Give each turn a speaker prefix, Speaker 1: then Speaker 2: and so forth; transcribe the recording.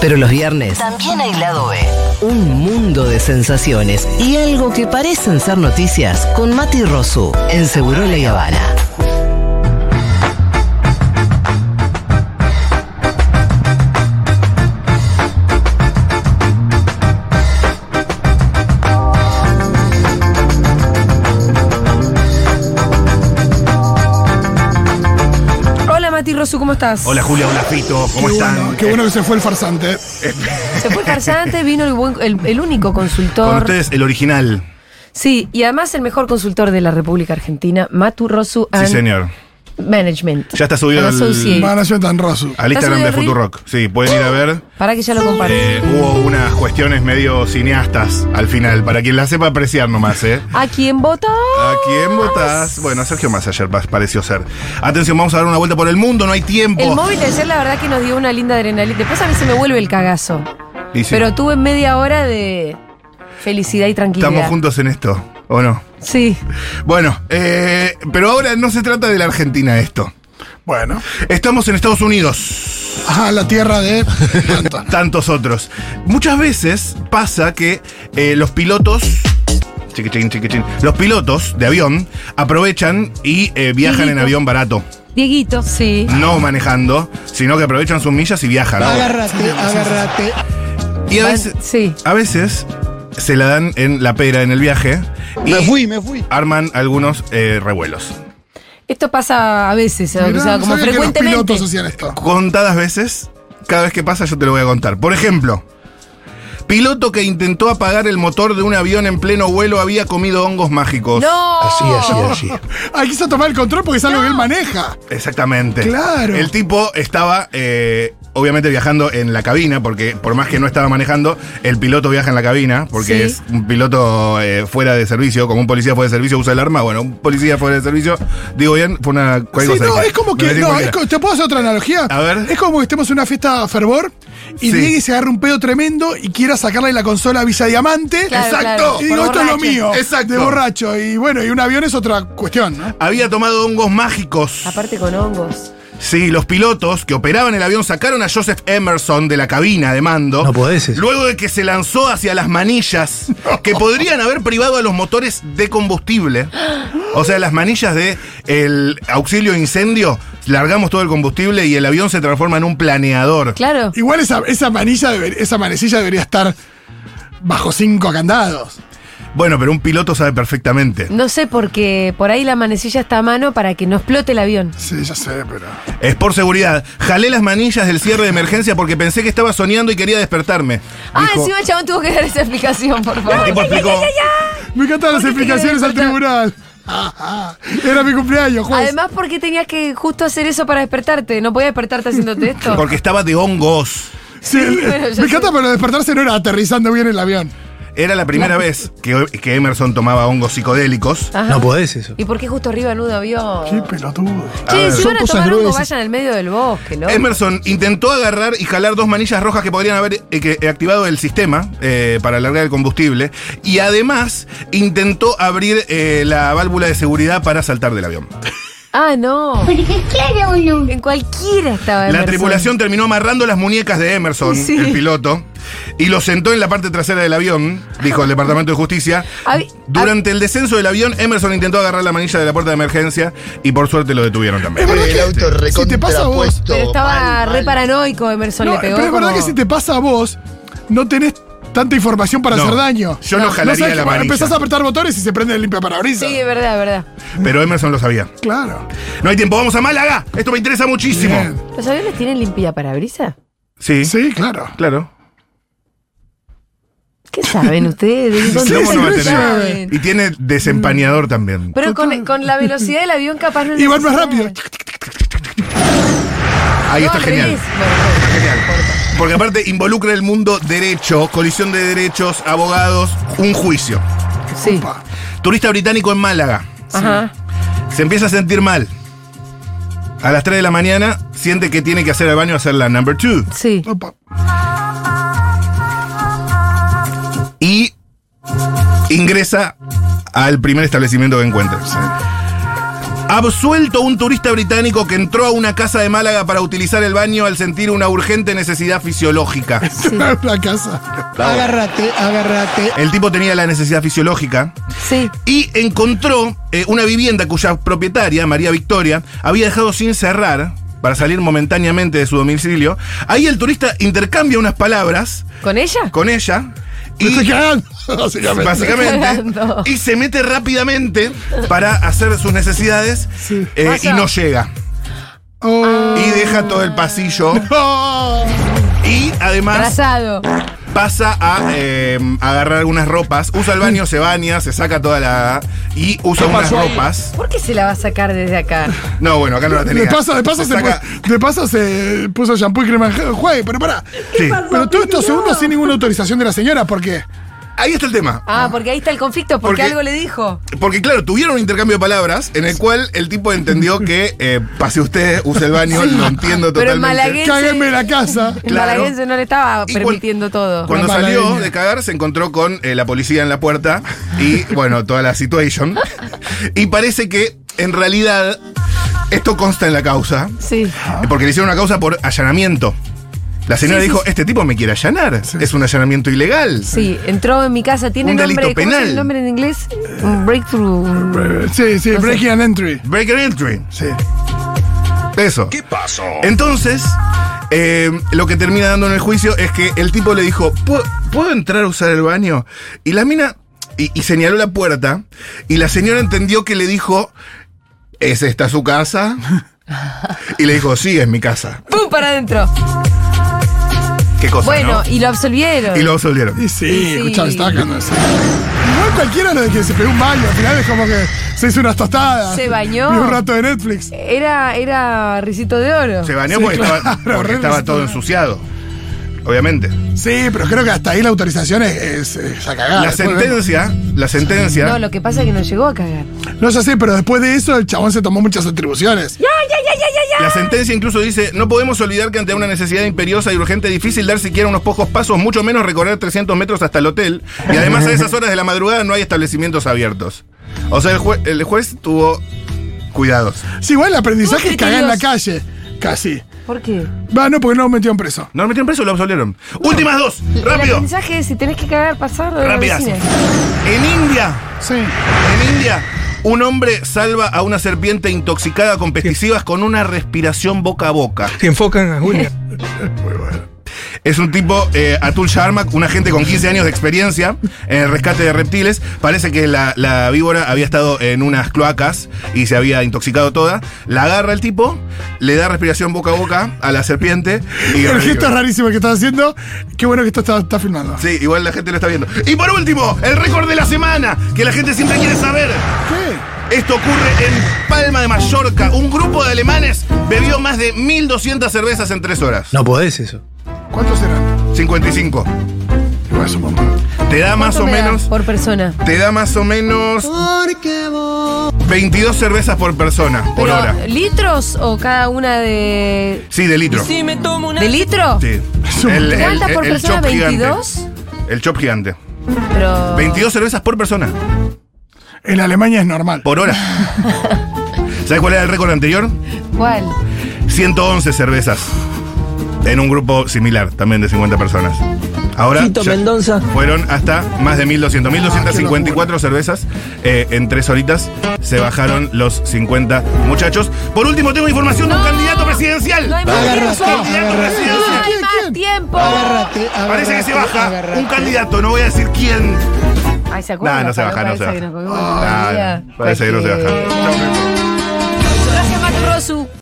Speaker 1: Pero los viernes
Speaker 2: También hay lado B.
Speaker 1: un mundo de sensaciones y algo que parecen ser noticias con Mati Rosu en Segurola y Habana.
Speaker 3: Hola Mati Rosu, ¿cómo estás?
Speaker 4: Hola Julia, hola Fito, ¿cómo
Speaker 5: qué
Speaker 4: están?
Speaker 5: Bueno, qué bueno que se fue el farsante. eh.
Speaker 3: Se fue Farsante, vino el, buen- el- el único consultor.
Speaker 4: Con ustedes el original.
Speaker 3: Sí, y además el mejor consultor de la República Argentina, Matu Rosu and
Speaker 4: Sí, señor.
Speaker 3: Management.
Speaker 4: Ya está subido
Speaker 3: And
Speaker 4: el-
Speaker 3: Associate.
Speaker 4: Bueno.
Speaker 5: Manación tan raso.
Speaker 4: Al
Speaker 3: subido
Speaker 4: Instagram
Speaker 3: Ah.
Speaker 4: de
Speaker 3: el reel?
Speaker 4: Futurock. Sí, pueden ir a ver.
Speaker 3: Para que ya lo comparto.
Speaker 4: Eh, hubo unas cuestiones medio cineastas al final, para quien la sepa apreciar nomás, ¿eh?
Speaker 3: ¿A quién vota?
Speaker 4: ¿A quién votás? Bueno, Sergio Massa ayer pa- pareció ser. Atención, vamos a dar una vuelta por el mundo, no hay tiempo.
Speaker 3: El móvil de ayer la verdad que nos dio una linda adrenalina. Después a mí se me vuelve el cagazo.
Speaker 4: Y sí,
Speaker 3: Pero tuve media hora de felicidad y tranquilidad.
Speaker 4: estamos juntos en esto, ¿o no?
Speaker 3: Sí.
Speaker 4: Bueno, eh, pero ahora no se trata de la Argentina esto.
Speaker 5: Bueno.
Speaker 4: Estamos en Estados Unidos.
Speaker 5: Ajá, la tierra de. Planta.
Speaker 4: tantos otros. Muchas veces pasa que eh, los pilotos. chiqui, chiqui, chiqui, chiqui, Los pilotos de avión aprovechan y eh, viajan en
Speaker 3: Dieguito.
Speaker 4: avión barato.
Speaker 3: Dieguito. Sí.
Speaker 4: No manejando, sino que aprovechan sus millas y viajan.
Speaker 5: agárrate, agárrate.
Speaker 4: Y a
Speaker 3: Van-
Speaker 4: veces,
Speaker 3: sí.
Speaker 4: a veces se la dan en la pera en el viaje y
Speaker 6: Me fui, me fui.
Speaker 4: arman algunos eh, revuelos.
Speaker 3: Esto pasa a veces, o
Speaker 5: Mirá,
Speaker 3: sea,
Speaker 5: no
Speaker 3: como
Speaker 5: sabía que los
Speaker 3: frecuentemente.
Speaker 5: pilotos hacían esto.
Speaker 4: Contadas veces, cada vez que pasa yo te lo voy a contar. Por ejemplo, piloto que intentó apagar el motor de un avión en pleno vuelo había comido hongos mágicos.
Speaker 3: No.
Speaker 6: Así, así, así.
Speaker 5: Ahí quiso tomar el control porque es algo que él maneja.
Speaker 4: Exactamente.
Speaker 5: Claro.
Speaker 4: El tipo estaba, eh, obviamente, viajando en la cabina, porque por más que no estaba manejando, el piloto viaja en la cabina, porque
Speaker 3: Sí.
Speaker 4: es un piloto eh, fuera de servicio, como un policía fuera de servicio usa el arma. Bueno, un policía fuera de servicio, digo bien, fue una
Speaker 5: Sí,
Speaker 4: cualquier cosa
Speaker 5: no,
Speaker 4: dije.
Speaker 5: es como
Speaker 4: Me
Speaker 5: que.
Speaker 4: metí
Speaker 5: No,
Speaker 4: cualquiera.
Speaker 5: es co- ¿Te puedo hacer otra analogía?
Speaker 4: A ver.
Speaker 5: Es como que estemos en una fiesta a fervor y
Speaker 4: Sí.
Speaker 5: Diego se agarra un pedo tremendo y quiera sacarle la consola a Villa Diamante.
Speaker 3: Claro,
Speaker 5: Exacto.
Speaker 3: claro.
Speaker 5: Y digo,
Speaker 3: Por
Speaker 5: esto es lo
Speaker 3: borracho.
Speaker 5: mío.
Speaker 4: Exacto.
Speaker 5: De borracho. Y bueno, y un avión es otra cuestión, ¿no?
Speaker 4: Había tomado hongos mágicos.
Speaker 3: Aparte con hongos.
Speaker 4: Sí, los pilotos que operaban el avión sacaron a Joseph Emerson de la cabina de mando.
Speaker 6: No podés eso.
Speaker 4: Luego de que se lanzó hacia las manillas que podrían haber privado a los motores de combustible. O sea, las manillas de el auxilio incendio, largamos todo el combustible y el avión se transforma en un planeador.
Speaker 3: Claro.
Speaker 5: Igual esa, esa manilla deber- esa manecilla debería estar bajo cinco candados.
Speaker 4: Bueno, pero un piloto sabe perfectamente.
Speaker 3: No sé, porque por ahí la manecilla está a mano para que no explote el avión.
Speaker 5: Sí, ya sé, pero.
Speaker 4: Es por seguridad. Jalé las manillas del cierre de emergencia porque pensé que estaba soñando y quería despertarme.
Speaker 3: Ah,
Speaker 4: Dijo-
Speaker 3: encima el chabón tuvo que dar esa explicación, por
Speaker 4: El
Speaker 3: favor.
Speaker 4: tipo explicó.
Speaker 5: Me encantan las
Speaker 3: ¿Por qué quería
Speaker 5: explicaciones al
Speaker 3: despertar?
Speaker 5: tribunal. Ajá. Era mi cumpleaños, juez.
Speaker 3: Además, ¿por qué tenías que justo hacer eso para despertarte? No podía despertarte haciéndote esto.
Speaker 4: Porque estaba de hongos.
Speaker 5: Sí, el-
Speaker 3: bueno, ya
Speaker 5: me encanta, pero despertarse no era aterrizando bien el avión.
Speaker 4: Era la primera vez que, que Emerson tomaba hongos psicodélicos.
Speaker 3: Ajá.
Speaker 6: No podés eso.
Speaker 3: ¿Y por qué justo arriba en un avión?
Speaker 5: Qué pelotudo.
Speaker 3: Che, si
Speaker 6: Son
Speaker 3: van a
Speaker 6: cosas
Speaker 3: tomar algo,
Speaker 6: gruesas.
Speaker 3: vayan al medio del bosque, ¿no?
Speaker 4: Emerson intentó agarrar y jalar dos manillas rojas que podrían haber eh, que- eh, activado el sistema eh, para alargar el combustible. Y además intentó abrir eh, la válvula de seguridad para saltar del avión.
Speaker 3: Ah, no.
Speaker 7: Porque claro uno.
Speaker 3: En cualquiera estaba
Speaker 4: La
Speaker 3: Emerson.
Speaker 4: tripulación terminó amarrando las muñecas de Emerson,
Speaker 3: Sí.
Speaker 4: el piloto, y lo sentó en la parte trasera del avión, dijo el Departamento de Justicia.
Speaker 3: Hab-
Speaker 4: Durante el descenso del avión, Emerson intentó agarrar la manilla de la puerta de emergencia y por suerte lo detuvieron también.
Speaker 5: verdad
Speaker 6: El
Speaker 5: que-
Speaker 6: auto
Speaker 5: si te pasa a
Speaker 6: recontra
Speaker 5: vos-
Speaker 6: puesto.
Speaker 3: Pero estaba
Speaker 6: mal,
Speaker 3: re
Speaker 6: mal.
Speaker 3: paranoico, Emerson
Speaker 5: No,
Speaker 3: le pegó.
Speaker 5: pero es verdad
Speaker 3: como-
Speaker 5: que si te pasa a vos, no tenés tanta información para
Speaker 4: No,
Speaker 5: hacer daño.
Speaker 4: yo no jalaría
Speaker 5: sabés
Speaker 4: la
Speaker 5: que, bueno,
Speaker 4: manilla.
Speaker 5: Empezás a apretar botones y se prende el limpia parabrisas.
Speaker 3: Sí, es verdad, es verdad.
Speaker 4: Pero Emerson lo sabía.
Speaker 5: Claro.
Speaker 4: No hay tiempo, vamos a Málaga. Esto me interesa muchísimo.
Speaker 5: Bien.
Speaker 3: ¿Los aviones tienen limpia parabrisa?
Speaker 4: Sí,
Speaker 5: Sí, claro.
Speaker 4: claro.
Speaker 3: ¿Qué saben ustedes? ¿De qué
Speaker 5: Sí,
Speaker 3: contra-
Speaker 4: ¿Cómo no va a
Speaker 5: sí,
Speaker 4: tener?
Speaker 3: saben?
Speaker 4: Y tiene desempañador también.
Speaker 3: Pero con, con la velocidad del avión capaz no
Speaker 5: Y van más
Speaker 3: necesitan.
Speaker 5: rápido.
Speaker 4: Ahí
Speaker 3: No,
Speaker 4: está
Speaker 3: al
Speaker 4: genial.
Speaker 3: revés. Bueno,
Speaker 4: Porque aparte involucra el mundo derecho, colisión de derechos, abogados, un juicio.
Speaker 3: bueno. Sí.
Speaker 4: Turista británico en Málaga.
Speaker 3: Ajá.
Speaker 4: Se empieza a sentir mal. A las 3 de la mañana siente que tiene que hacer el baño hacer la number 2.
Speaker 3: Sí.
Speaker 5: Opa.
Speaker 4: Y ingresa al primer establecimiento que encuentra. Absuelto un turista británico que entró a una casa de Málaga para utilizar el baño al sentir una urgente necesidad fisiológica.
Speaker 5: la casa.
Speaker 2: Agárrate, agárrate.
Speaker 4: El tipo tenía la necesidad fisiológica
Speaker 3: Sí.
Speaker 4: y encontró eh, una vivienda cuya propietaria, María Victoria, había dejado sin cerrar para salir momentáneamente de su domicilio. Ahí el turista intercambia unas palabras
Speaker 3: ¿Con ella?
Speaker 4: con ella y
Speaker 5: Estoy cagando, básicamente.
Speaker 4: básicamente
Speaker 3: Cagando.
Speaker 4: y se mete rápidamente para hacer sus necesidades
Speaker 5: Sí.
Speaker 4: eh, y
Speaker 3: Vaya.
Speaker 4: no llega
Speaker 5: Oh.
Speaker 4: y deja todo el pasillo
Speaker 5: Oh.
Speaker 4: y además
Speaker 3: Atrasado.
Speaker 4: pasa a eh, agarrar unas ropas usa el baño se baña se saca toda la y usa unas
Speaker 5: pasó ahí?
Speaker 4: ropas
Speaker 3: ¿Por qué se la va a sacar desde acá?
Speaker 4: no bueno acá no la tenía
Speaker 5: De paso, de paso
Speaker 4: Se
Speaker 5: se,
Speaker 4: saca-
Speaker 5: pu- de paso se puso shampoo y crema en gel. Juegue, pero pará.
Speaker 4: Sí.
Speaker 5: Pero todos estos segundos sin ninguna autorización de la señora, porque
Speaker 4: ahí está el tema
Speaker 3: Ah, porque ahí está el conflicto, porque,
Speaker 4: Porque-
Speaker 3: algo le dijo.
Speaker 4: Porque claro, tuvieron un intercambio de palabras en el cual el tipo entendió que eh, pase usted, use el baño, lo entiendo
Speaker 3: Pero el
Speaker 4: totalmente.
Speaker 3: malagueño- Ese-
Speaker 5: cáguenme la casa.
Speaker 3: El
Speaker 4: Claro.
Speaker 3: malaguense no le estaba
Speaker 4: Y cuan-
Speaker 3: permitiendo todo.
Speaker 4: Cuando
Speaker 5: La
Speaker 4: salió
Speaker 5: malagueña.
Speaker 4: de cagar se encontró con eh, la policía en la puerta y bueno, toda la situación. Y parece que en realidad esto consta en la causa,
Speaker 3: Sí.
Speaker 4: eh, porque le hicieron una causa por allanamiento. La señora
Speaker 3: Sí, sí,
Speaker 4: dijo,
Speaker 3: sí.
Speaker 4: este tipo me quiere allanar, es un allanamiento ilegal.
Speaker 3: Sí, entró en mi casa, tiene
Speaker 4: Un
Speaker 3: nombre.
Speaker 4: delito
Speaker 3: ¿cómo es
Speaker 4: penal.
Speaker 3: el nombre en inglés? Un breakthrough. un-
Speaker 5: Sí, sí, breaking and entry.
Speaker 4: Break and entry.
Speaker 5: Sí.
Speaker 4: Eso. ¿Qué pasó? Entonces, eh, lo que termina dando en el juicio es que el tipo le dijo, "¿Pu- ¿puedo entrar a usar el baño? Y la mina, y, y señaló la puerta, y la señora entendió que le dijo, ¿es esta su casa? Y le dijo, sí, es mi casa.
Speaker 3: ¡Pum! Para adentro.
Speaker 4: Qué cosa,
Speaker 3: Bueno,
Speaker 4: ¿no?
Speaker 3: y lo absolvieron.
Speaker 4: Y lo absolvieron.
Speaker 5: Y
Speaker 3: Y
Speaker 5: sí,
Speaker 3: sí.
Speaker 5: escuchá, está cagando eso. Igual cualquiera lo de que se pegó un baño, al final es como que se hizo unas tostadas.
Speaker 3: Se bañó.
Speaker 5: Y un rato de Netflix.
Speaker 3: Era, era risito de oro.
Speaker 4: Se bañó
Speaker 5: Sí,
Speaker 4: porque, estaba,
Speaker 5: claro,
Speaker 4: porque
Speaker 5: re
Speaker 4: estaba todo
Speaker 5: resistido.
Speaker 4: ensuciado. Obviamente.
Speaker 5: Sí, pero creo que hasta ahí la autorización es, es, es a cagar.
Speaker 4: la
Speaker 5: Ah, Después
Speaker 4: sentencia, la sentencia.
Speaker 3: No, lo que pasa es que no llegó a cagar.
Speaker 5: vemos. No, ya sé, pero después de eso el chabón se tomó muchas atribuciones.
Speaker 3: ¡Ya, ya, ya, ya, ya,
Speaker 4: La sentencia incluso dice, no podemos olvidar que ante una necesidad imperiosa y urgente difícil dar siquiera unos pocos pasos, mucho menos recorrer 300 metros hasta el hotel. Y además a esas horas de la madrugada no hay establecimientos abiertos. O sea, el, jue- el juez tuvo cuidados.
Speaker 5: Sí, igual el aprendizaje
Speaker 3: Uy,
Speaker 5: es cagar en la
Speaker 3: criterios.
Speaker 5: calle. Casi.
Speaker 3: ¿Por qué?
Speaker 5: Va, no, porque no lo metieron preso.
Speaker 4: ¿No lo metieron preso o lo absolvieron? Últimas dos,
Speaker 3: El
Speaker 4: rápido,
Speaker 3: aprendizaje es si tenés que cagar, pasar de la
Speaker 4: rápidas.
Speaker 3: vecina.
Speaker 4: En India,
Speaker 5: Sí.
Speaker 4: en India, un hombre salva a una serpiente intoxicada con pesticidas con una respiración boca a boca.
Speaker 6: Si enfocan a Julia.
Speaker 4: Es un tipo, eh, Atul Sharmak, un agente con 15 años de experiencia en el rescate de reptiles. Parece que la, la víbora había estado en unas cloacas y se había intoxicado toda. La agarra el tipo, le da respiración boca a boca a la serpiente. Y
Speaker 5: El gesto es rarísimo que estás haciendo. Qué bueno que esto está, está filmando.
Speaker 4: Sí, igual la gente lo está viendo. Y por último, el récord de la semana, que la gente siempre quiere saber.
Speaker 5: ¿Qué?
Speaker 4: Esto ocurre en Palma de Mallorca. Un grupo de alemanes bebió más de 1.200 cervezas en 3 horas.
Speaker 6: No podés eso.
Speaker 5: ¿Cuántos eran?
Speaker 4: 55.
Speaker 5: Igual es un montón.
Speaker 4: Te da más
Speaker 3: ¿Cuánto
Speaker 4: o
Speaker 3: me da
Speaker 4: menos...
Speaker 3: Por persona.
Speaker 4: Te da más o menos 22 cervezas por persona, por
Speaker 3: Pero,
Speaker 4: hora.
Speaker 3: ¿Litros o cada una de.
Speaker 4: Sí, de litro. Sí.
Speaker 3: ¿De litro?
Speaker 5: un
Speaker 4: El, el-
Speaker 3: ¿Cuántas por
Speaker 4: el- el
Speaker 3: persona?
Speaker 4: chop gigante.
Speaker 3: ¿22?
Speaker 4: El chop gigante.
Speaker 3: Pero.
Speaker 4: 22 cervezas por persona,
Speaker 5: En Alemania es normal.
Speaker 4: por hora. ¿Sabes cuál era el récord anterior?
Speaker 3: ¿Cuál?
Speaker 4: 111 cervezas. En un grupo similar, también de 50 personas. Ahora ya fueron hasta más de
Speaker 3: Ah,
Speaker 4: 1.200, 1.254 cervezas eh, en tres horitas. Se bajaron los 50 muchachos. Por último, tengo información de un candidato presidencial.
Speaker 3: No hay más
Speaker 2: Agárrate,
Speaker 3: tiempo.
Speaker 4: Candidato
Speaker 2: agárrate.
Speaker 3: No
Speaker 4: presidencial.
Speaker 3: hay
Speaker 5: ¿Quién,
Speaker 3: más
Speaker 5: quién?
Speaker 3: tiempo.
Speaker 2: Agárrate, agárrate.
Speaker 4: Parece que se baja
Speaker 2: agárrate.
Speaker 4: un candidato, no voy a decir quién.
Speaker 3: Ay, ¿se acuerdan?
Speaker 4: No, no se baja, no se baja.
Speaker 3: Parece que nos comimos el otro
Speaker 4: Ah,
Speaker 3: día.
Speaker 4: parece que no se baja.
Speaker 3: Cualquier- Gracias, Mac Rosu.